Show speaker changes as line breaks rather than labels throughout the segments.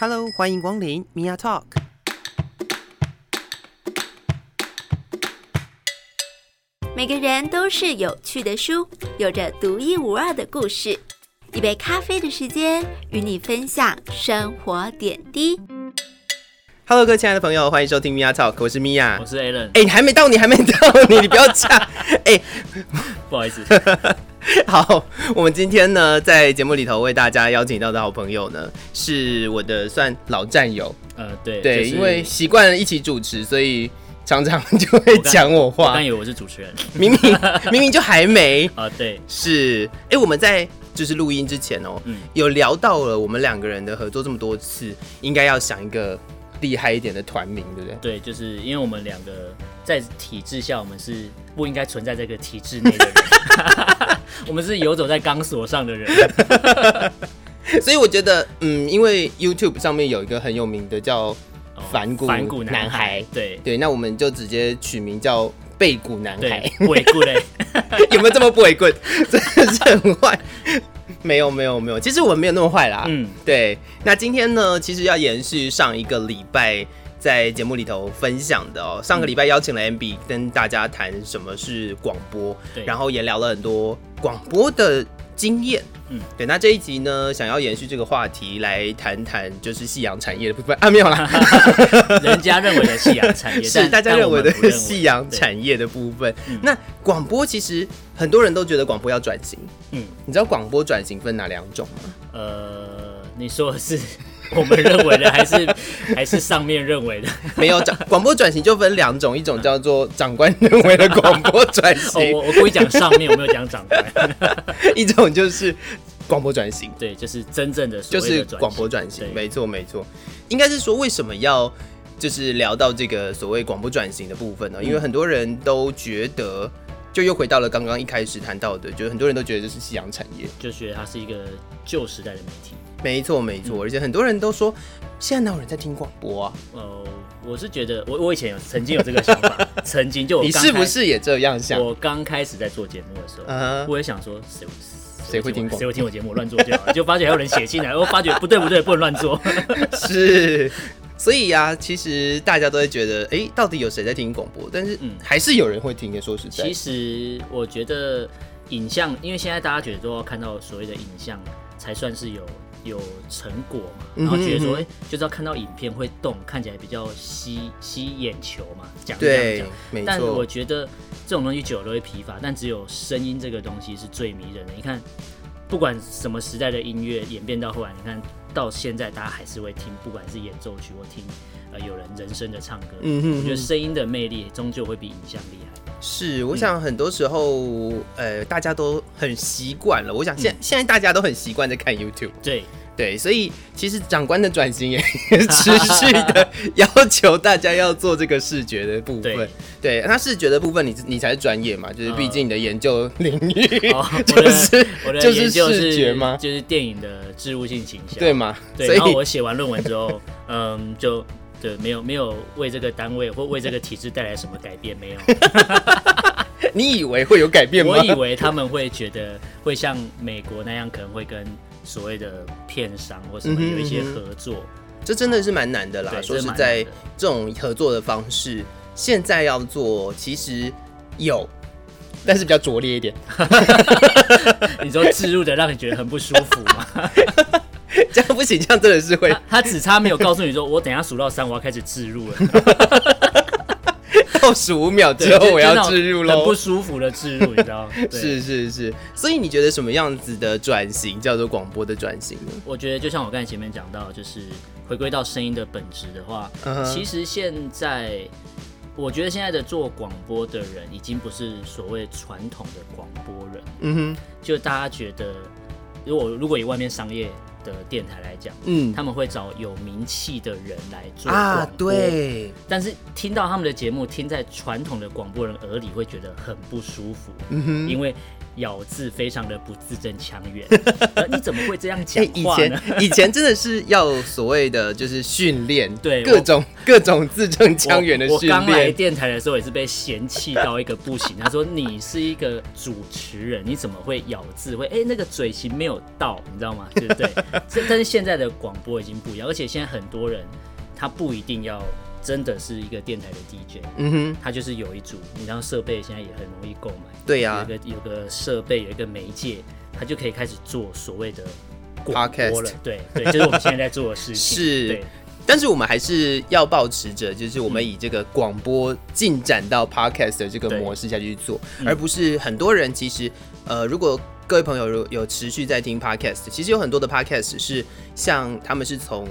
Hello，欢迎光临 Mia Talk。
每个人都是有趣的书，有着独一无二的故事。一杯咖啡的时间，与你分享生活点滴。
Hello，各位亲爱的朋友，欢迎收听 Mia Talk，我是 Mia
我。是 Alan，、
哎、你还没到，你还没到，你你不要这 样。哎、
不好意思，
好，我们今天呢，在节目里头为大家邀请到的好朋友呢，是我的算老战友，
呃，对，
对，
就是
因为习惯了一起主持，所以常常就会
刚
讲我
我
话
刚，以为我是主持人
明 明明明就还没
啊、对，
是。哎、我们在就是录音之前哦、
嗯，
有聊到了我们两个人的合作这么多次，应该要想一个厉害一点的团名，对不对？
对，就是因为我们两个在体制下，我们是不应该存在这个体制内的人， 我们是游走在钢索上的人，
所以我觉得，嗯，因为 YouTube 上面有一个很有名的叫，
哦
反骨
反骨男
男孩
对
对，那我们就直接取名叫背骨男孩
对，，鬼故 嘞，
有没有这么不为棍？ 真的是很坏。没有没有没有，其实我们没有那么坏啦。
嗯，
对，那今天呢，其实要延续上一个礼拜在节目里头分享的哦。上个礼拜邀请了 MB 跟大家谈什么是广播，
对，
然
后
后也聊了很多广播的经验。嗯
嗯，
对，那这一集呢，想要延续这个话题来谈谈，就是夕阳产业的部分啊， 没有啦，
人家认为的夕阳产业，
是
但
大家
但
认
我
为
们
的
不认为
夕阳
对
产业的部分
嗯。
那广播其实很多人都觉得广播要转型，
嗯，
你知道广播转型分哪两种吗？
呃，你说的是我们认为的，还是还是上面认为的？
没有转广播转型就分两种，一种叫做长官认为的广播转
哦，
型，
我我故意讲上面，我没有讲长官。
一种就是广播转型，
对，就是真正的所
就
谓
是
的转
广播
型
转型。
对
没错，没错，应该是说为什么要就是聊到这个所谓广播转型的部分呢？
嗯
因为很多人都觉得。就又回到了刚刚一开始谈到的，就是很多人都觉得这是夕阳产业，
就觉得它是一个旧时代的媒体。
没错没错，
嗯
而且很多人都说现在哪有人在听广播啊？
呃，我是觉得我我以前有曾经有这个 想法，曾经就我
你
刚
是
开
不是也这样想？
我刚开始在做节目的时候，
嗯哼
我也想说谁
谁会听
我
广
谁会听我节目？我乱做啊就好了。就发觉还有人写进来，我发觉不对不对，不能乱做。
是，所以呀、其实大家都会觉得，哎、到底有谁在听广播？但是
嗯
还是有人会听的。说实在
其，实我觉得影像，因为现在大家觉得都要看到所谓的影像才算是有有成果嘛，
嗯
然
哼
后觉得说，
嗯
哎、
哼
就是要看到影片会动，看起来比较吸吸眼球嘛，讲这样
对
讲。，
没
但我
错，
觉得这种东西久了都会疲乏，但只有声音这个东西是最迷人的。你看，不管什么时代的音乐演变到后来，你看到现在，大家还是会听，不管是演奏曲或听呃有人人声的唱歌，
嗯哼
我觉
哼
得声音的魅力终究会比影像厉害。
是。
嗯
我想很多时候，呃，大家都很习惯了。我想
嗯
现、现在大家都很习惯在看 YouTube，
对，
对，所以其实长官的转型也 持续 的要求大家要做这个视觉的部分
对。嗯
对，那视觉的部分你你才是专业嘛，就是毕竟你的研究领域、，
哦
就
我
是
的我的
就是
研究
视觉吗
就是电影的植物性倾向。
对嘛，
对，
所以
然后我写完论文 之后，嗯，就对，没有没有为这个单位或为这个体制带来什么改变，没有。
你以为会有改 变吗？
我以为他们会觉得会像美国那样，可能会跟所谓的片商或什么
嗯哼
有一些
嗯哼
合作。
这真的是蛮难的啦。
对
说实
这蛮难
在
的，
这种合作的方式，现在要做其实有，但是比较拙劣一点。
你说置入的让你觉得很不舒服吗？
这样不行，这样真的是 会
他他只差没有告诉你说，我等一下数到三，我要开始置入了。
倒数五秒
对
之后
就
我
就那
要
种
置入
很不
喽。
舒服的置入，你 知道？对
是是是，所以你觉得什么样子的转型叫做广播的转型呢？
我觉得就像我刚才前面讲到，就是回归到声音的本质的话
嗯哼
其实现在我觉得现在的做广播的人，已经不是所谓传统的广播人，
嗯哼，
就大家觉得，如果如果以外面商业的电台来讲，
嗯
他们会找有名气的人来做
啊，
广播，
对，
但是听到他们的节目，听在传统的广播人耳里会觉得很不舒服，
嗯哼，
因为咬字非常的不字正腔 圆。呃你怎么会这样讲
哎以
话呢
前？ 以前真的是要所谓的就是训练，
对
各
我
种各种字正腔圆的
我我
训
刚来
练。
电台的时候也是被嫌弃到一个不 行。他说你是一个主持人，你怎么会咬字会？哎、那个嘴型没有到，你知道吗？对 不对？这但是现在的广播已经不一样，而且现在很多人他不一定要真的是一个电台的 DJ，
嗯哼，
他就是有一组，你知道设备现在也很容易购买，
对呀
有一个有个设备，有一个媒介，他就可以开始做所谓的广播了
Podcast。
对对，就是我们现在在做的事情。
是
对
但是我们还是要保持着，就是我
嗯
们以这个广播进展到 podcast 的这个
对
模式下去做，
嗯
而不是很多人其实呃，如果各位朋友有有持续在听 podcast，其实有很多的 podcast 是像他们是从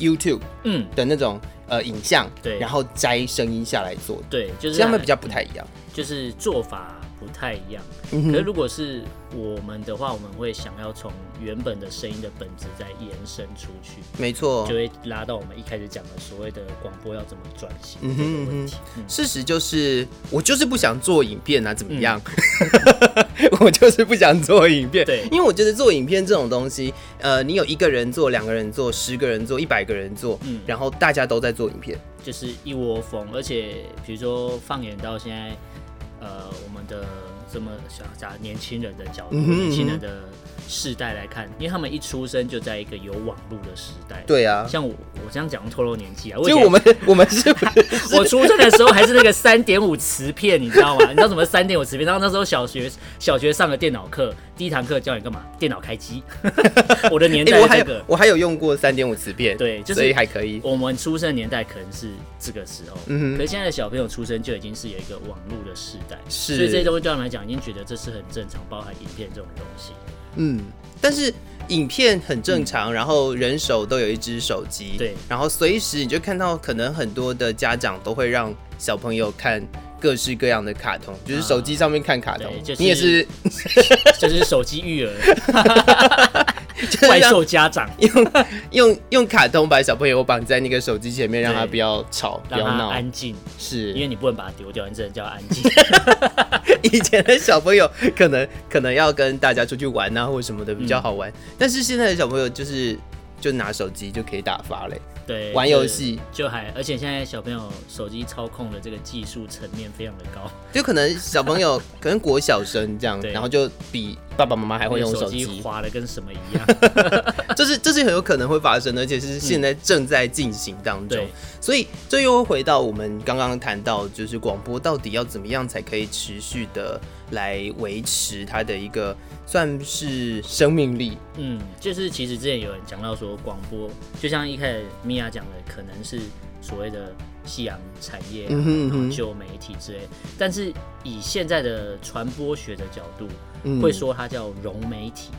YouTube
嗯，
的那种呃影像，
对
然后摘声音下来做的，
对，
其
就是
实他们比较
很
不太一样。
就是做法不太一样。
嗯
可是
哼，
如果是我们的话，我们会想要从原本的声音的本质再延伸出去，
没错，
就会拉到我们一开始讲的所谓的广播要怎么转型这
嗯
个
哼
问题。嗯
事实就是，我就是不想做影片啊，怎么样？ 我就是不想做影片。
嗯对
因为我觉得做影片这种东西，呃，你有一个人做、两个人做、十个人做、一百个人做，
嗯
然后大家都在做影片，
就是一窝蜂，而且比如说放眼到现在，呃，我们的这么小假如年轻人的角度，
嗯哼
年
嗯
轻人的世代来看，因为他们一出生就在一个有网络的时代。。
对啊。
像我，我这样讲透露年纪啊，以
就
前
我们我们是不 是
我出生的时候还是那个三点五磁片，你知道吗？你知道什么三点五磁片？然后那时候小学小学上的电脑课，第一堂课教你干嘛？电脑开机。 我的年
哎、
代
我
是
还
这
有
个，
我还有用过三点五磁片，
对就是
所以还可以。
我们出生的年代可能是这个时候，
嗯哼
可是现在的小朋友出生就已经是有一个网络的时代，
是
所以这些东西对他们来讲已经觉得这是很正常，包含影片这种东西。
嗯，但是影片很正常，然后人手都有一只手机，
嗯对
然后随时你就看到，可能很多的家长都会让小朋友看各式各样的卡通，就是手机上面看卡通，
啊对就是
你也是
就是手机育儿，
就是
怪
让
兽家长，
用用卡通把小朋友绑在那个手机前面，让他
对
不要吵，不
让
要
他
闹，
安静，因
是
为你不能把它丢掉，你只能叫他安静。
以前的小朋友可能可能要跟大家出去玩啊或什么的比
嗯
较好玩，但是现在的小朋友就是就拿手机就可以打发嘞，
对，
玩游戏
就就还，而且现在小朋友手机操控的这个技术层面非常的高，
就可能小朋友可能国小生这样，
对
然后就比爸爸妈妈还会用
那个
手
机
机，
滑的跟什 么一样。
这是这是很有可能会发生的，而且是现在正在进行当中。
对
所以这又回到我们刚刚谈到，就是广播到底要怎么样才可以持续的来维持它的一个算是生命力？
嗯，就是其实之前有人讲到说，广播就像一开始米娅讲的，可能是所谓的夕阳产业、啊，
嗯哼嗯
然
哼
后旧媒体之类。但是以现在的传播学的角度，
嗯
会说它叫融媒体，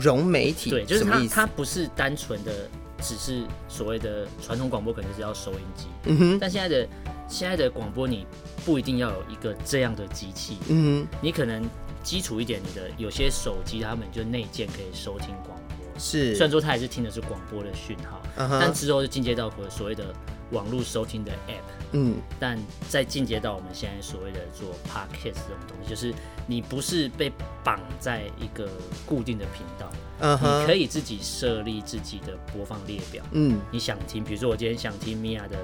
融媒体，
对，就是
什么
它
意思
它？不是单纯的只是所谓的传统广播，可能就是要收音机，
嗯哼，
但现在的现在的广播，你不一定要有一个这样的机器，
嗯
你可能基础一点，你的有些手机他们就内建可以收听广
哼，
播，
是，
虽然说它还是听的是广播的讯号，
嗯
但
哼，
之后就进阶到所谓的网络收听的 app，
嗯，
但再进阶到我们现在所谓的做 podcast 这种东西，就是你不是被绑在一个固定的频道，
嗯
你可
哼，
以自己设立自己的播放列表。
嗯，
你想听，比如说我今天想听米娅的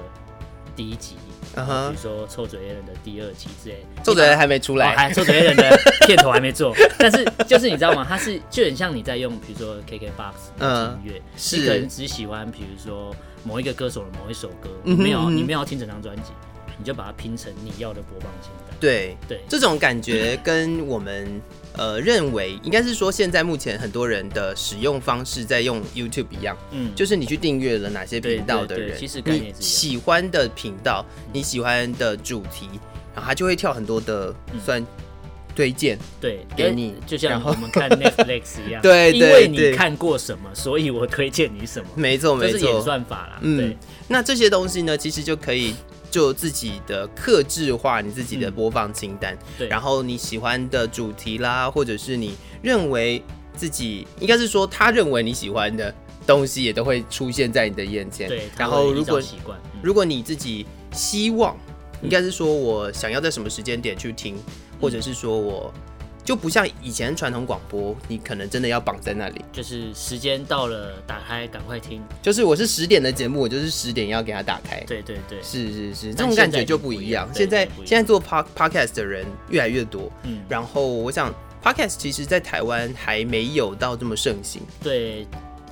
第一集，
嗯哼
比如说《臭嘴猎人》的第二集之类的，
作者还没出
你把哦
来，
还《臭嘴猎人》的片头还 没做，但是就是你知道吗？它是就很像你在用，比如说 KKBOX 的
嗯
音乐，
是
你可能只喜欢，比如说某一个歌手的某一首歌，
嗯哼
没有要
嗯哼
你没有要听整张专辑，你就把它拼成你要的播放清单。
对，
对，
这种感觉跟我们呃认为，应该是说现在目前很多人的使用方式在用 YouTube 一样，
嗯，
就是你去订阅了哪些频道的
对对
人，
对其实概念是一
你
样
喜欢的频道，你喜欢的主题，然后它就会跳很多的
嗯
算推荐，
对，
给你
就
然
像
后
我们看 Netflix 一样，
对
因
对
为
对
你看过什么，所以我推荐你什么。
没错 没
这是演
错，
算法啦，
嗯
对，
那这些东西呢，其实就可以就自己的克制化你自己的
嗯
播放清单，
对，
然
后
后你喜欢的主题啦，或者是你认为自己应该是说他认为你喜欢的东西，也都会出现在你的眼前。
对，
然后如果
习惯，嗯
如果你自己
嗯
希望，应该是说我想要在什么时间点去听，或者是说我就不像以前传统广播，你可能真的要绑在那里。
就是时间到了，打开赶快听。
就是我是十点的节目，我就是十点要给它打开。
对对对，
是是是，这
但
种
现
感
在
觉
已
就
经
不
不一
一
样
样。
对
现在
现在不一样
现在做 pod podcast 的人越来越多，
嗯，
然后我想 podcast 其实在台湾还没有到这么盛行。
对，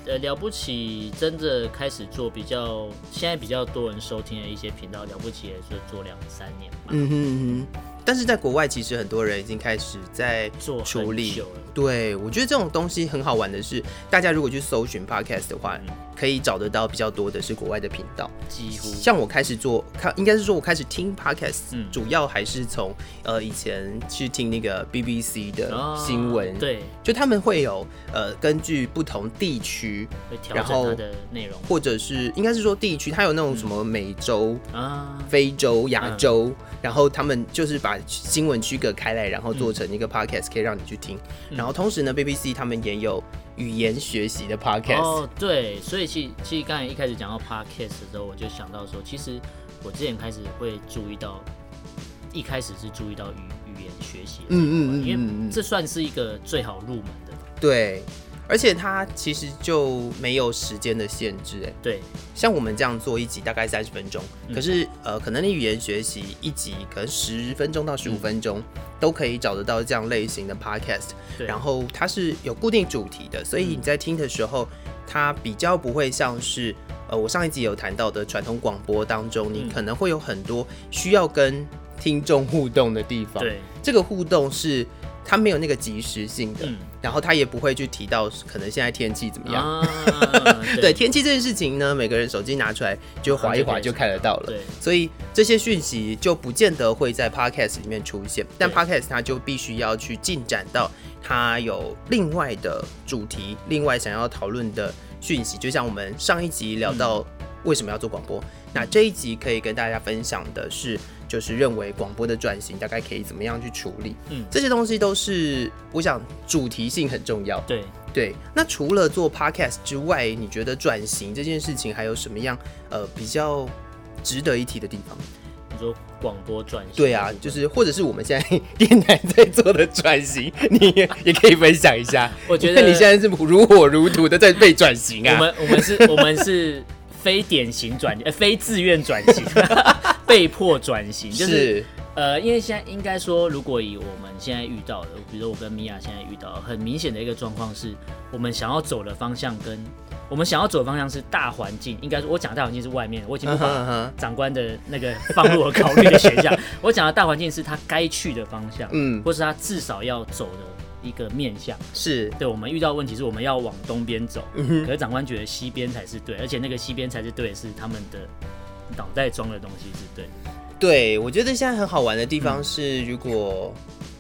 呃，了不起真的开始做比较，现在比较多人收听的一些频道，了不起也就做两三年吧，
嗯哼嗯哼。但是在国外，其实很多人已经开始在
做
处
很
理
久。了。
对，我觉得这种东西很好玩的是，大家如果去搜寻 podcast 的话
嗯，
可以找得到比较多的是国外的频道。
几乎
像我开始做，看应该是说我开始听 podcast，、
嗯
主要还是从呃以前去听那个 BBC 的
哦
新闻，，
对，
就他们会有呃根据不同地区，
会调
然
整
后
它的内容
或者是应该是说地区，它有那种什么美洲、
啊，
非洲、亚洲，
嗯
然后他们就是把新闻区隔开来，然后做成一个 podcast 可以让你去听。
嗯
然后同时呢，BBC 他们也有语言学习的 podcast，、
哦，对，所以其其实刚才一开始讲到 podcast 的时候，我就想到说，其实我之前开始会注意到，一开始是注意到语语言学习的这
嗯
一块，
嗯嗯嗯
因
嗯
为这算是一个最好入门的，
对，而且它其实就没有时间的限制，哎。
对，
像我们这样做一集大概三十分钟，
嗯
可是呃，可能你语言学习一集可能十分钟到十五分钟、都可以找得到这样类型的 podcast，
对嗯
然后它是有固定主题的，所以你在听的时候，它比较不会像是呃我上一集有谈到的传统广播当中，你
嗯
可能会有很多需要跟听众互动的地方，
对，
这个互动是它没有那个及时性的，
嗯
然后它也不会去提到可能现在天气怎么样。
啊，
对天气这件事情呢，每个人手机拿出来就划一划就看得到了，
对，
所以这些讯息就不见得会在 podcast 里面出现，但
对
podcast 它就必须要去进展到它有另外的主题，另外想要讨论的讯息。就像我们上一集聊到为什么要做广播，那这一集可以跟大家分享的是，就是认为广播的转型大概可以怎么样去处理，
嗯，
这些东西都是我想主题性很重要。
对，
对，那除了做 podcast 之外，你觉得转型这件事情还有什么样呃比较值得一提的地方？
你说广播转型，
对啊，就是或者是我们现在 电台在做的转型，你也也可以分享一下。
我觉
因
得
为你现在是如火如荼的在被转型
我
啊。
们我们是，我们是非典型转型，呃，非自愿转型， 被迫转型，就是
是，
呃，因为现在应该说，如果以我们现在遇到的，比如说我跟米娅现在遇到的很明显的一个状况是，我们想要走的方向跟我们想要走的方向是大环境，应该说，我讲的大环境是外面的，我已经不
嗯哼
把
嗯哼
长官的那个放入我考虑的选项， 我讲的大环境是他该去的方向，
嗯，
或是他至少要走的一个面向。
是，
对，我们遇到的问题是我们要往东边走，
嗯
可是长官觉得西边才是对，而且那个西边才是对，是他们的脑袋装的东西是对。
对，我觉得现在很好玩的地
嗯
方是，如果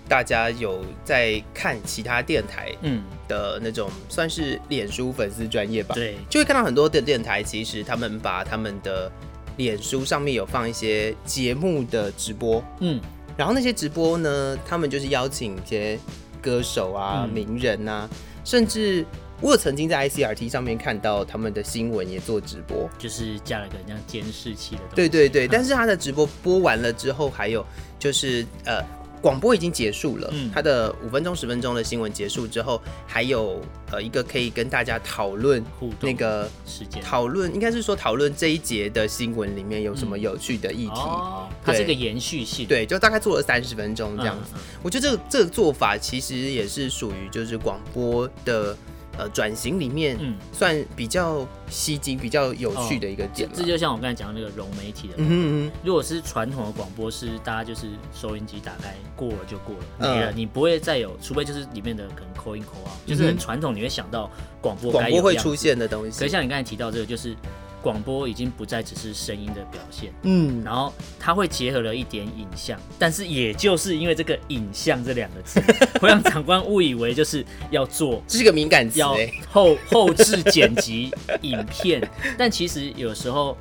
大家有在看其他电台
嗯，
的那种，算是脸书粉丝专业吧，
对，
就会看到很多的电台，其实他们把他们的脸书上面有放一些节目的直播，
嗯，
然后那些直播呢，他们就是邀请一些歌手啊、
嗯
名人啊，甚至我有曾经在 ICRT 上面看到他们的新闻也做直播。
就是加了个像监视器的东西。
对对对，但是他的直播播完了之后，还有就是呃，广播已经结束了，
嗯
他的五分钟、十分钟的新闻结束之后，还有呃一个可以跟大家讨论
互动
那个
时间
讨论，应该是说讨论这一节的新闻里面有什么有趣的议题。
嗯哦，它是个延续性，
对，就大概做了三十分钟
嗯，
这样子。
嗯
我觉得这个这个做法其实也是属于就是广播的呃转型里面，
嗯
算比较吸睛、比较有趣的一个点
嗯
了。
这就像我刚才讲的那个融媒体的。
嗯哼嗯哼，
如果是传统的广播是大家就是收音机打开过了就过了，
嗯
没了，你不会再有，除非就是里面的可能扣音扣啊，就是
嗯
很
哼
传统，你会想到广播
广
该有
播会
的样子
出。现的东
可是
西。
像你刚才提到这个，就是广播已经不再只是声音的表现，
嗯，
然后它会结合了一点影像，但是也就是因为这个“影像”这两个 字，会让长官误以为就是要做
这是个敏感词
要
哎、
后后置剪辑影片， 但其实有时候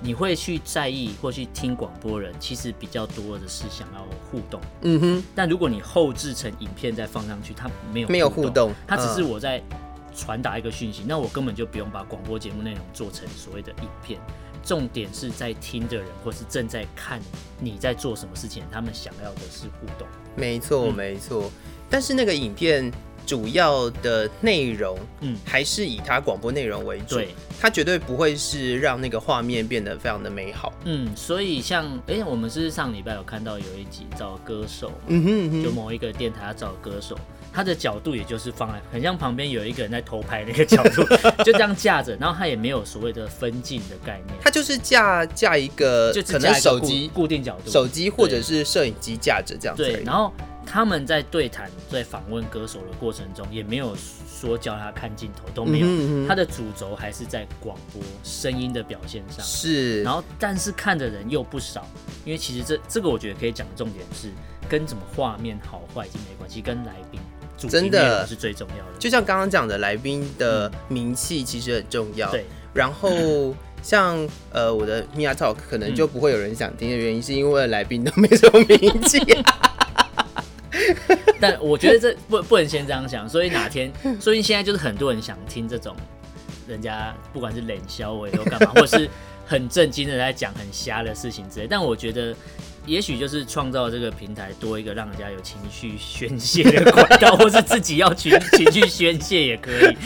你会去在意或去听广播人，其实比较多的是想要互动。
嗯哼，
但如果你后置成影片再放上去，它没有
没有互动
它只是
嗯
我在传达一个讯息，那我根本就不用把广播节目内容做成所谓的影片。重点是在听的人，或是正在看你在做什么事情，他们想要的是互动。
没错
嗯
没错。但是那个影片主要的内容
嗯，
还是以它广播内容为主，
对，
它绝对不会是让那个画面变得非常的美好。
嗯，所以像哎、我们是不是上礼拜有看到有一集找歌手嘛，
嗯哼
就
嗯哼，
某一个电台要找歌手，他的角度也就是放在很像旁边有一个人在偷拍那个角 度，就这样架着，然后他也没有所谓的分镜的概念，
它就是架架一个
就只
可能
架一个
手
固
机
固定角度，
手机或者是摄影机架着这样子而
对，
已。
然后他们在对谈、在访问歌手的过程中，也没有说叫他看镜头，都没
嗯
有。
哼嗯哼
他的主轴还是在广播声音的表现上，
是，
然后但是看的人又不少，因为其实这这个我觉得可以讲的重点是跟怎么画面好坏已经没关系，跟来宾主题
真的
内容是最重要的。
就像刚刚讲的，来宾的名气其实很重要。
嗯对，
然后像呃我的 Mia Talk 可能
嗯
就不会有人想听的原因，是因为来宾都没什么名气、啊
但我觉得这不不能先这样想，所以 哪天，所以现在就是很多人想听这种人家不管是冷笑话 或干嘛，或者是很震惊的在讲很瞎的事情之类。但我觉得，也许就是创造这个平台多一个让人家有情绪宣泄的管 道，或是自己要情情绪宣泄也可以。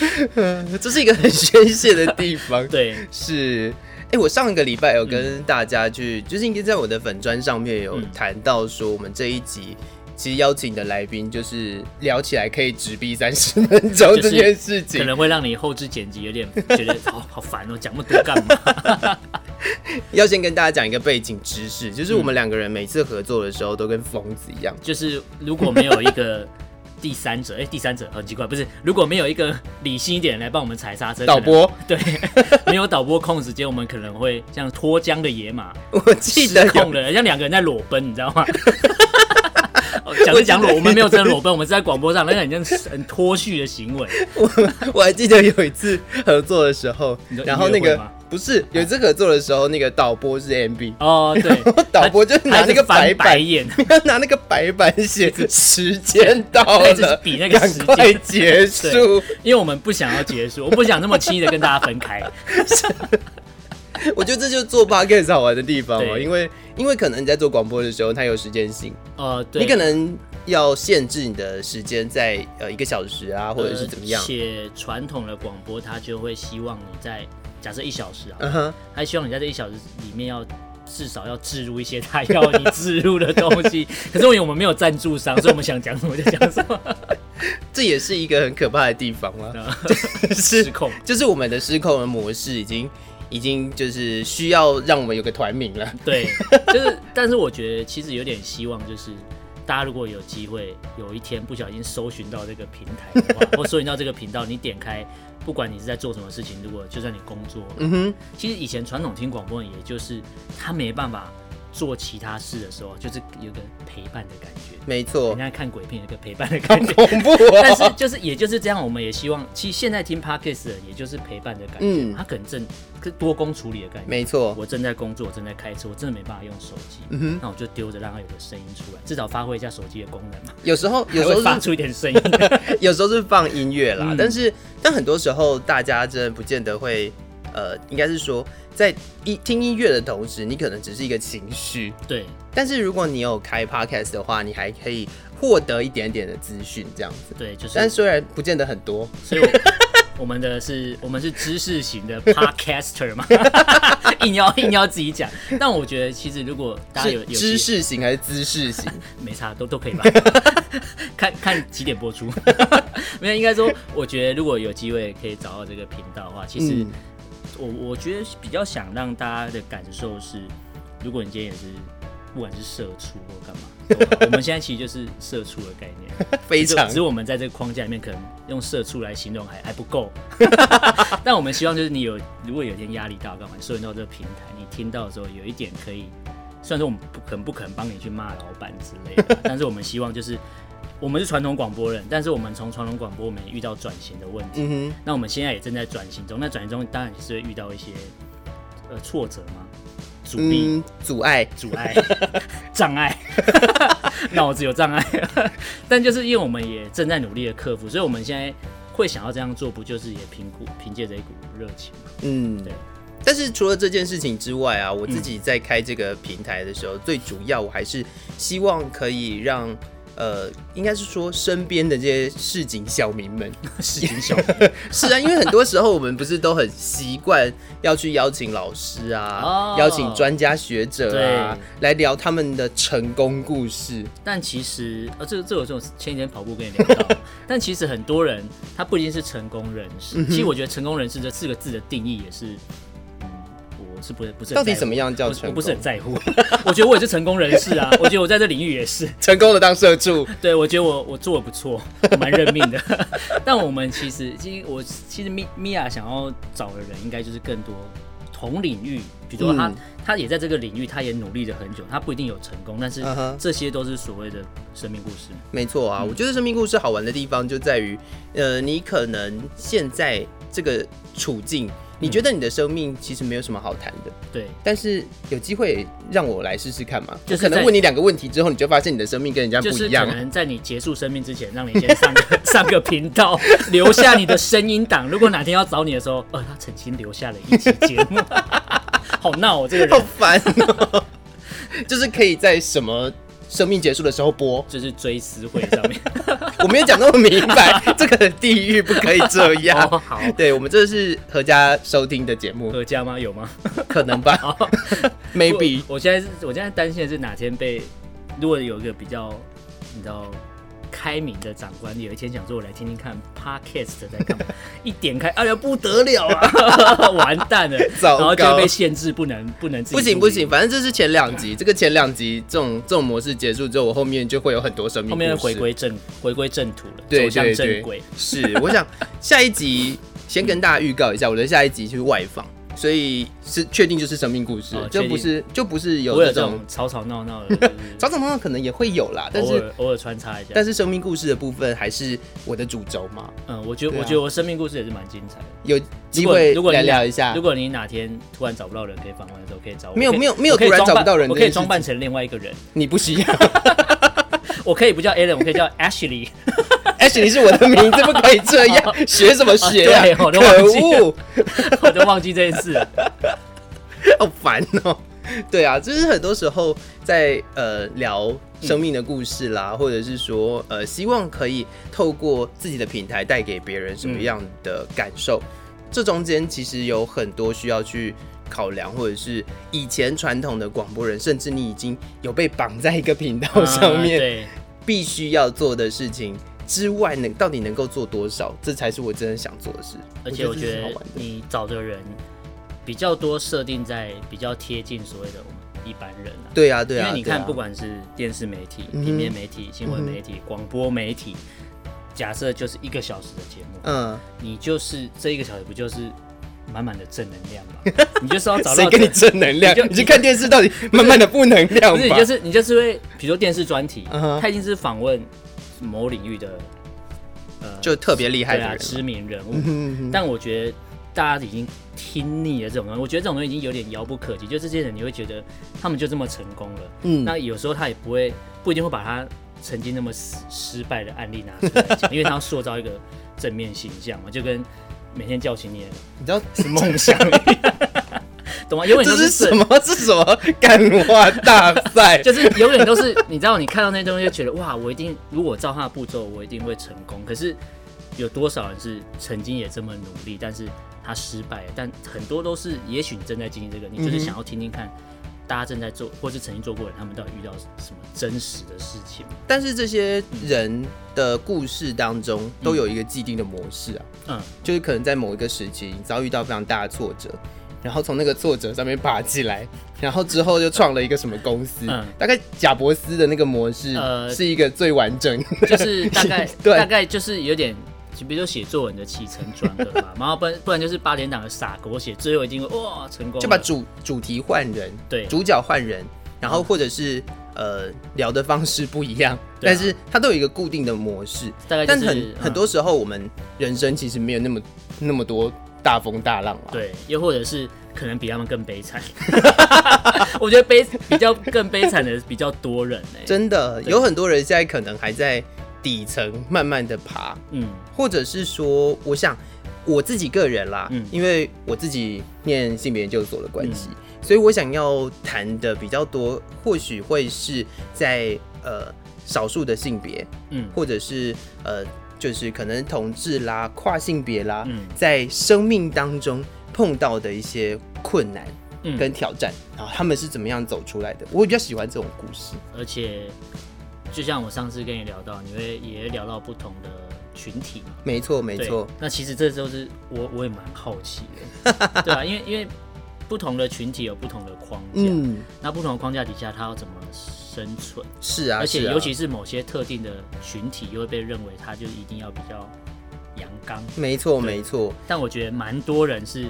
这是一个很宣泄的地方。
对，
是，哎、我上个礼拜有跟大家去，就是应该在我的粉砖上面有
嗯嗯
谈到说，我们这一集其实邀请的来宾就是聊起来可以直逼三十分钟
就
这
是
件事情，
可能会让你后置剪辑有点觉得好 好烦哦，讲那么多干嘛？
要先跟大家讲一个背景知识，就是
嗯
我们两个人每次合作的时候都跟疯子一样。
就是如果没有一个。第三者，哎、第三者很奇怪，不是？如果没有一个理性一点的人来帮我们踩刹车，
导
可能
播，
对， 没有导播控时间，我们可能会像脱缰的野马，
我记得
失控
有，
了，像两个人在裸奔，你知道 吗？哦讲是讲裸，我们没有真的裸奔，我们是在广播上，那个很像很脱序的行为。
我还记得有一次合作的时候
你说，
然后
音乐
那
会
个
吗
不是有一次合作的时候，那个导播是 MB，
哦，对，
导播就 拿那个
他一直翻
白
白
板，
眼，
拿那个白板写时间到
他一直
了，
哎比那个
赶
时
快
间，
结束。
因为我们不想要结束，我 不想那么轻易的跟大家 分开。
我觉得这就是做 podcast 好玩的地方哦，
对
因为因为可能你在做广播的时候，它有时间性，
呃，对，
你可能要限制你的时间在呃一个小时啊，或者是怎么样
而。且传统的广播，它就会希望你在假设一小时啊，
嗯哼，
他希望你在这一小时里面要至少要置入一些他要你置入的东 西。可是因为我们没有赞助商，所以我们想讲什么就讲什么，
这也是一个很可怕的地方啦，是
失控。
就是我们的失控的模式已经已经就是需要让我们有个团名了。
对，就是，但是我觉得其实有点希望，就是大家如果有机会有一天不小心搜寻到这个平 台的话，或搜寻到这个频道，你点开，不管你是在做什么事情，如果就算你工作，
嗯哼，
其实以前传统听广播，也就是他没办法做其他事的时候，就是有个陪伴的感觉。
没
人
错，
家看鬼片有个陪伴的
好
感觉，
恐怖
但是
哦。
就是也就是这样，我们也希望，其实现在听 podcast 的也就是陪伴的感觉，
嗯
他可能正跟多工处理的感觉。
没错，
我正在工作，我正在开车，我真的没办法用手机，
嗯哼，
那我就丢着让它有个声音出来，至少发挥一下手机的功能嘛，
有时候 有
还会
时候
发
是
出一点 声音。
有时候是放音乐啦，
嗯
但是但很多时候大家真的不见得会，呃，应该是说在一听音乐的同时，你可能只是一个情绪，
对，
但是如果你有开 podcast 的话，你还可以获得一点点的资讯这样子。
对，就是，
但虽然不见得很多，
所 以我我们的是，我们是知识型的 podcaster 嘛，硬要硬要自己讲。但我觉得其实如果大家有
是
有
知
机
识型还是姿势 型？
没差，都都可以 吧。看看几点播出，没有，应该说，我觉得如果有机会可以找到这个频道的话，其实
嗯
我我觉得比较想让大家的感受是，如果你今天也是不管是社畜或干嘛都好，我们现在其实就是社畜的概念，
非常
只是我们在这个框架里面可能用社畜来形容还还 不够，但我们希望就是你有如果有一天压力大干嘛，你收集到这个平台，你听到的时候有一点可以，虽然说我们不可能不可能帮你去骂老板之类的，但是我们希望就是我们是传统广播人，但是我们从传统广播我们也遇到转型的问题，
嗯
那我们现在也正在转型中，那转型中当然也是会遇到一些呃挫折嘛，阻
哼，
力、
嗯，阻碍，
阻碍、 障碍， 脑子有障碍， 但就是因为我们也正在努力的克服，所以我们现在会想要这样做，不就是也凭股凭借着一股热情嘛？
嗯
对，
但是除了这件事情之外啊，我自己在开这个平台的时候，最主要我还是希望可以让呃，应该是说身边的这些市井小民 们，
市井小
是啊，因为很多时候我们不是都很习惯要去邀请老师啊，
哦
邀请专家学者啊
对，
来聊他们的成功故事。
但其实，呃、这这这我就前几天跑步跟你聊到，但其实很多人他不一定是成功人士。
嗯
其实我觉得“成功人士”这四个字的定义也是，嗯，我是不是不是很
到底
在乎
怎么样叫
我
成
我不是
功
很在乎，我觉得我也是成功人士啊，我觉得我在这领域也是，
成功的当社畜，
对我觉得我我做的不错，我蛮认命的。 但我们其实，其实我其实米米娅想要找的人，应该就是更多同领域，比如说他、
嗯
他也在这个领域，他也努力了很久，他不一定有成功，但是
嗯哼
这些都是所谓的生命故事。
没错
嗯
啊，我觉得生命故事好玩的地方就在于，呃，你可能现在这个处境，你觉得你的生命其实没有什么好谈的，
对，
但是有机会让我来试试看嘛。
就是
我可能
在
问你两个问题之后，你就发现你的生命跟人家
就
不
是
一
可
样。啊
能在你结束生命之前，让你先上 个上个频道，留下你的声音档。如果哪天要找你的时候，呃，他曾经留下了一期节目， 好闹哦，这个
好
人。
烦哦、 就是可以在什么生命结束的时候播。
就是追思会上面，
我没有讲那么明白， 这个地狱不可以这样。
哦好
对我们这是合家收听的节目，
合家吗？有吗？
可能吧
哦
，maybe
我我现在是，我现在担心的是哪天被，如果有一个比较，你知道。开明的长官有一天想说：“我来听听看 podcast 在干嘛。”一点开，哎呀不得了啊， 完蛋了，
糟
然
糕
后就会被限制，不能不能自己
不行
录
不
音
行，，反正这是前两集，这个前两集这种这种模式结束之后，我后面就会有很多生命
后面
故事
回归正回归正途了，
对
走向
对
正
对
轨。
是，我想下一集先跟大家预告一下，我的下一集是外放，所以是确定就是生命故事
哦，
就
确定
不是就不是有
我有
这
这
种
种吵吵闹闹的，就
早早晚晚可能也会有啦， 但
是 偶
是
尔偶尔穿插一下。
但是生命故事的部分还是我的主轴嘛，
嗯，我觉得
对啊
我觉得我生命故事也是蛮精彩的。
有
如
机
果
会
如果你
来
哪
聊一下
如。果你哪天突然找不到人可以访问的时候，可以找我。
啊没有
我可以
没有没有
我可以
突然
装
找不
扮
到人
我
这
可以
件
装
事
扮成另外一个人。
你不需要
我可以不叫 Alan，我可以叫 Ashley。
，Ashley 是我的名字，不可以这样，学什么学啊
哦
可
对？哦我都忘记
恶，
我都忘记这件事了。
好烦哦。对啊，就是很多时候在呃聊生命的故事啦，或者是说呃希望可以透过自己的平台带给别人什
嗯
么样的感受，这中间其实有很多需要去考量，或者是以前传统的广播人，甚至你已经有被绑在一个频道上
嗯
面，
对，
必须要做的事情之外，能到底能够做多少，这才是我真的想做的事。
而且我
这
觉
是好
得
玩的。
你找的人比较多，设定在比较贴近所谓的我们一般人啊。
对啊，对啊，
因为你
对啊
看，不管是电视媒体、
嗯哼嗯
平面媒体、新闻媒体、广播媒体，假设就是一个小时的节目，
嗯，
你就是这一个小时不就是满满的正能量吗？ 你就是要找
谁
到
给你
这
正能量
你就？
你去看电视，到 底慢慢的负能量
不是你
吧
就？是你就是会，比如说电视专题
嗯哼，
他已经是访问某领域的呃
就特别厉害
对
的
啊
人
知
嘛，
名人
嗯
物，
哼嗯哼
但我觉得大家已经听腻了这种东西，我觉得这种东西已经有点遥不可及。就这些人，你会觉得他们就这么成功了，
嗯
那有时候他也不会不一定会把他曾经那么失失败的案例拿出来讲，因为他要塑造一个正面形象嘛，就跟每天叫醒你的
你知道
梦想一 样，懂吗？永远
这
都
是
正
什么？这是什么 干话大 赛？
就是永远都是，你知道，你看到那些东西就觉得哇，我一定如果照他的步骤，我一定会成功。可是有多少人是曾经也这么努力，但是他失败了？但很多都是，也许你正在经历这个，你就是
嗯哼
想要听听看。大家正在做，或是曾经做过的人，他们到底遇到什么真实的事 情？
但是这些人的故事当中都有一个既定的模式啊，
嗯，
就是可能在某一个时期你遭遇到非常大的挫折，然后从那个挫折上面爬起来，然后之后就创了一个什么公司，
嗯
大概贾伯斯的那个模式
呃
是一个最完整，
就是大概
对
大概就是有点，就比如说写作文的起承转合吧，然后不然不然就是八点档的傻狗血，最后一定会哇成功了，
就把主主题换人，
对
主角换
嗯
人，然后或者是呃聊的方式不一样，
对啊
但是它都有一个固定的模式。
大概就
但
是
很、
嗯
很多时候，我们人生其实没有那么那么多大风大浪啊。
对，又或者是可能比他们更悲惨。 我觉得悲比较更悲惨的比较多人欸呢、
真的
对
有很多人现在可能还在底层慢慢的爬，
嗯，
或者是说，我想我自己个人啦，
嗯
因为我自己念性别研究所的关系，所以我想要谈的比较多，或许会是在呃少数的性别，
嗯
或者是呃，就是可能同志啦、跨性别啦，
嗯
在生命当中碰到的一些困难
嗯
跟挑战，然后他们是怎么样走出来的？我比较喜欢这种故事。
而且就像我上次跟你聊到，你会也聊到不同的群体嘛。
没错，没
对
错，。
那其实这就是我我也蛮好奇 的，对啊，因为因为不同的群体有不同的框架，
嗯，
那不同的框架底下，它要怎么生存？
是啊，
而且
是啊
尤其是某些特定的群体，又会被认为它就一定要比较阳刚。
没错，
对
没错，
但我觉得蛮多人是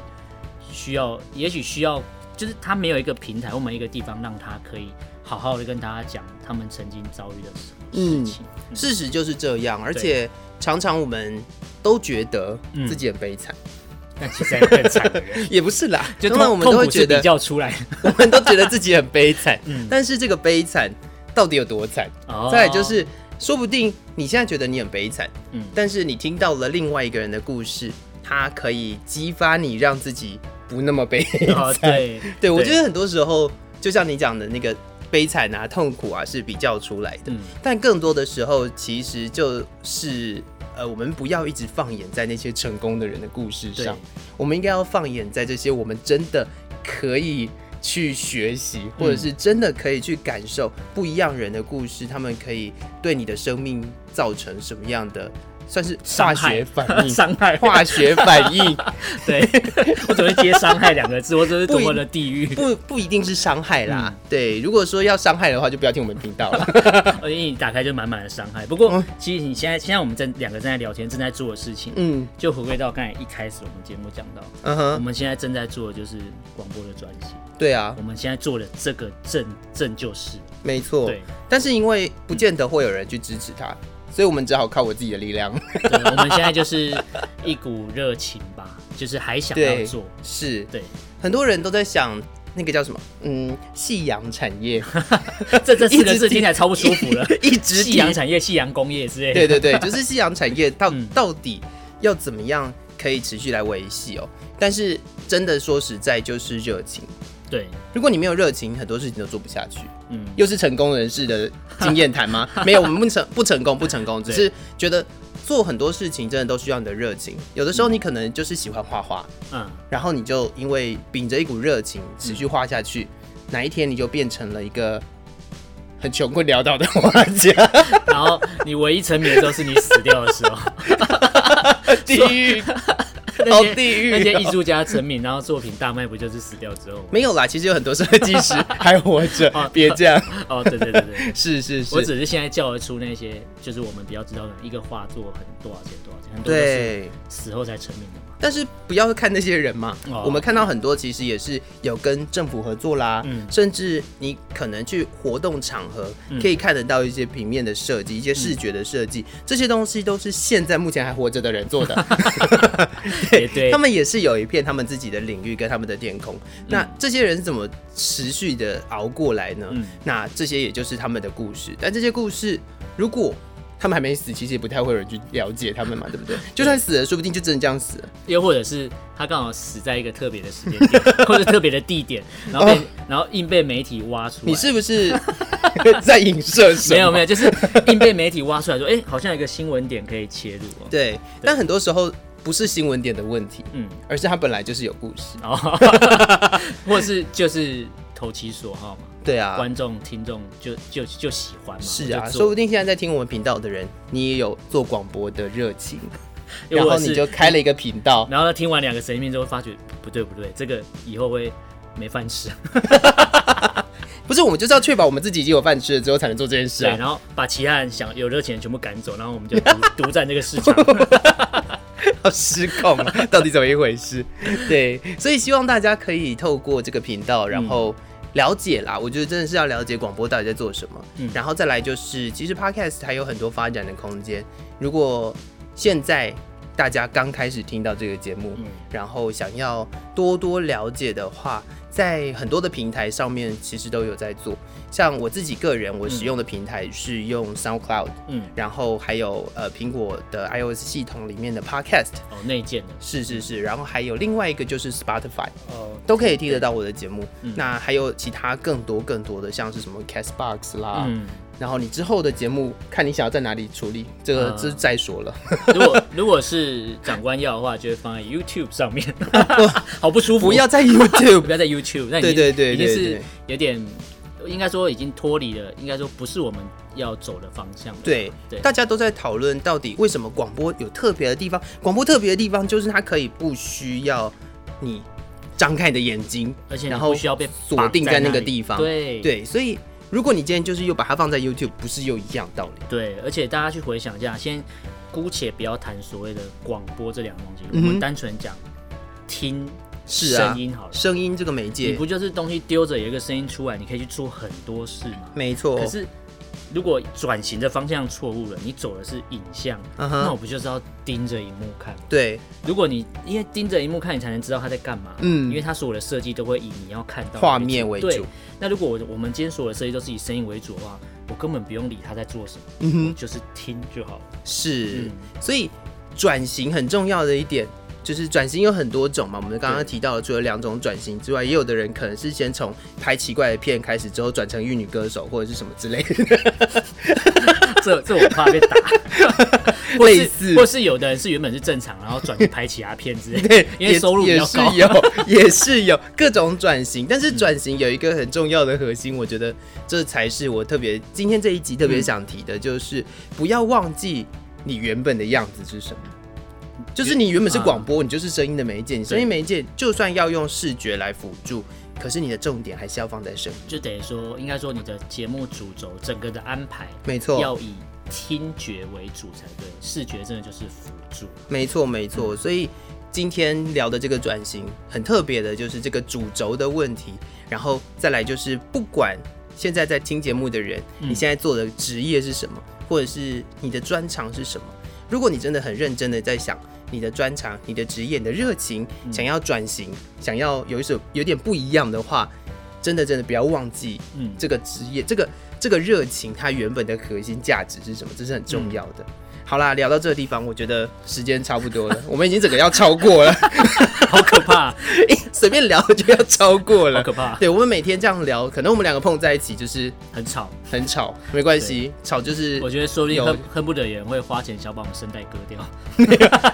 需要，也许需要，就是他没有一个平台或没有一个地方让他可以好好的跟大家讲他们曾经遭遇的什么事情。嗯
事实就是这样。而且常常我们都觉得
嗯
自己很悲惨，，
但其实还有更惨的人
也不是啦，
就
当
痛
然我们都
痛
会
苦
觉
是比
得，
较出来的。
我们都觉得自 己很悲惨，
嗯
但是这个悲惨到底有多惨？
哦
再来就是，说不定你现在觉得你很悲惨，
嗯
但是你听到了另外一个人的故事，他可以激发你，让自己不那么悲惨。
哦，对，
对我觉得很多时候，就像你讲的那个悲惨啊、痛苦啊，是比较出来的。
嗯
但更多的时候，其实就是呃，我们不要一直放眼在那些成功的人的故事
对
上，我们应该要放眼在这些我们真的可以去学习，或者是真的可以去感受不一样人的故事，他们可以对你的生命造成什么样的，算是化
伤害
学反应。
伤害，
化学反 应
对我只会接伤害两个字，我这是多么的地狱。
不不一定是伤害啦，
嗯
对。如果说要伤害的话，就不要听我们频道了。
而且哦你打开就满满的伤害。不过
嗯，
其实你现在现在我们正两个正在聊天，正在做的事情，
嗯
就回归到刚才一开始我们节目讲到，
嗯
我
哼，
们现在正在做的就是广播的专辑，
对啊
我，们现在做的这个正正就是
没错。
对，
但是因为不见得会有人去支持他，所以我们只好靠我自己的力量。
对，我们现在就是一股热情吧， 就是还想要
对
做，
是，
对，
很多人都在想那个叫什么，嗯，夕阳产业，
这这四个
一直
字听起来超不舒服了，
一直
夕阳
提
产业、夕阳工业之类的，
对对 对，就是夕阳产业到
嗯
到底要怎么样可以持续来维系哦？但是真的说实在，就是热情。
对，
如果你没有热情，很多事情都做不下去。
嗯，
又是成功人士的经验谈 吗？没有，我们不成不成功不成功，只
对
是觉得做很多事情真的都需要你的热情。有的时候你可能就是喜欢画画，
嗯，
然后你就因为秉着一股热情持续画下
嗯
去，哪一天你就变成了一个很穷困潦倒的画 家，
然后你唯一沉迷的时候是你死掉的时候，
地狱，
那
好
些
地狱、
那些 艺
哦。
术家成名，然后作品大卖，不就是死掉 之后吗？
没有啦，其实有很多设计 师还活着
哦，
别这样。
哦，对对对对，
是是
我
是，
只是现在叫得出那些，就是我们比较知道的一个画作很多少钱多少钱，很多都是
对。
死后才成名的嘛。
但是不要看那些人嘛，
哦
我们看到很多其实也是有跟政府合作啦，
嗯
甚至你可能去活动场合、
嗯嗯
可以看得到一些平面的设计、一些视觉的设计，这些东西都是现在目前还活着的人做的，
对对嗯
他，们也是有一片他们自己的领域跟他们的天空。那这些人是怎么持续的熬过来呢？
嗯
那这些也就是他们的故事，但这些故事如果。他们还没死，其实也不太会有人去了解他们嘛，对不对？就算死了，说不定就真的这样死了。
又或者是他刚好死在一个特别的时间 点，或者特别的地点，然后被、
哦
然后硬被媒体挖出来。
你是不是在影射什么？
没有没 有，就是硬被媒体挖出来说，哎、好像有一个新闻点可以切入哦。
对，但很多时候不是新闻点的问题，
嗯，
而是它本来就是有故事。
哦， 或者是就是投其所好嘛，
对啊，
观众听众就就就喜欢嘛。
是啊，
我就
说
做
不定现在在听我们频道的人，你也有做广播的热情，
又
然
或
后
者
你
是
就开了一个频道。
然后他听完两个神命之后，发觉不对不对，这个以后会没饭吃。
啊不是，我们就是要确保我们自己已经有饭吃了之后才能做这件事
对，
啊。
然后把其他人想有热钱全部赶走，然后我们就独 独占这个市场。
好失控啊，到底怎么一回事？ 对，所以希望大家可以透过这个频道，然后。了解啦，我觉得真的是要了解广播到底在做什么，
嗯
然后再来就是，其实 podcast 还有很多发展的空间。如果现在大家刚开始听到这个节目，
嗯
然后想要多多了解的话，在很多的平台上面其实都有在做。像我自己个人，我使用的平台是用 SoundCloud，
嗯，
然后还有呃苹果的 iOS 系统里面的 Podcast，
哦，内建的，
是是是，然后还有另外一个就是 Spotify，
哦，
都可以听得到我的节目。
嗯
那还有其他更多更多的，像是什么 Castbox 啦，
嗯，
然后你之后的节目看你想要在哪里处理，这个
嗯
这再说了。
如果如果是长官要的话，就会放在 YouTube 上面，好 不舒服，
不要在
不
YouTube，
要在 YouTube，那已
对
经
对对
已经
对
是
对
有点，应该说已经脱离了，应该说不是我们要走的方向了。
对
对，
大家都在讨论到底为什么广播有特别的地方。广播特别的地方就是它可以不需要你张开你的眼睛，
而且你
然后
不需要被
锁定
绑
在
在
那个
里
地方
对
对，所以如果你今天就是又把它放在 YouTube，不是又一样道理？
对，而且大家去回想一下，先姑且不要谈所谓的广播这两个东西，
嗯哼
我们单纯讲听
是啊
声音好了。
声音这个媒
你
介
不，就是东西丢着有一个声音出来，你可以去做很多事吗？
没错。
可是如果转型的方向错误了，你走的是影像，
嗯哼
那我不就是要盯着荧幕看吗？
对，
如果你因为盯着荧幕看，你才能知道他在干嘛。
嗯
因为他所有的设计都会以你要看到的
画面为主
对那如果我我们今天所有的设计都是以声音为主的话，我根本不用理他在做什么，
嗯
我
哼，
就是听就好了。
是。
嗯
所以转型很重要的一点就是转型有很多种嘛。我们刚刚提到了，除了两种转型之外，也有的人可能是先从拍奇怪的片开始，之后转成玉女歌手或者是什么之类的。
这这我怕 被打。或是
类似
或是有的人是原本是正常，然后转去拍其他片之类 的，
对，
因为
也
收入比
也
较
是
高。嗯
有， 也是有各种转型，但是转型有一个很重要的核心，我觉得这才是我特别今天这一集特
嗯
别想提的，就是不要忘记你原本的样子是什么。就是你原本是
嗯
广播，你就是声音的媒介，你声音媒介就算要用视觉来辅助，可是你的重点还是要放在声音。
就等于说，应该说你的节目主轴整个的安排
没错，
要以听觉为主才对，视觉真的就是辅助。
没错，没错。所以今天聊的这个转型很特别的，就是这个主轴的问题，然后再来就是不管现在在听节目的人，你现在做的职业是什么，或者是你的专长是什么。如果你真的很认真的在想你的专长、你的职业、你的热情，想要转型，想要有一首有点不一样的话，真的真的不要忘记
嗯，
这个职业、这个这个热情，它原本的核心价值是什么？这是很重要
嗯
的。好啦，聊到这个地方，我觉得时间差不多了， 我们已经整个要超过了，
好可 怕，
随便聊就要超过
好
了
可。怕，
对，我们每天这样聊，可能我们两个碰在一起就是
很吵。
很吵，没关系，吵就是
我觉得说不定
有
恨恨不得有人会花钱想把我们声带割 掉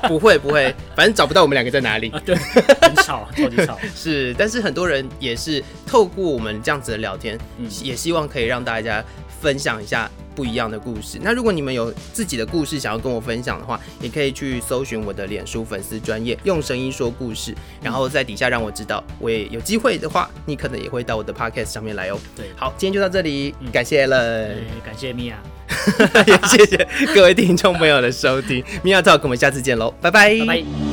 不会不会，反正找不到我们两个在 哪里。
啊！对，很吵，超级吵。
是，但是很多人也是透过我们这样子的聊天，
嗯
也希望可以让大家分享一下不一样的故事。那如果你们有自己的故事想要跟我分享的话，也可以去搜寻我的脸书粉丝专业，用声音说故事，然后在底下让我知道。我也有机会的话，你可能也会到我的 podcast 上面来哦。
对，
好，今天就到这里，
嗯
感谢了，
呃感谢米娅，
也谢谢各位听众朋友的收听。米娅 talk，我们下次见喽，拜
拜拜。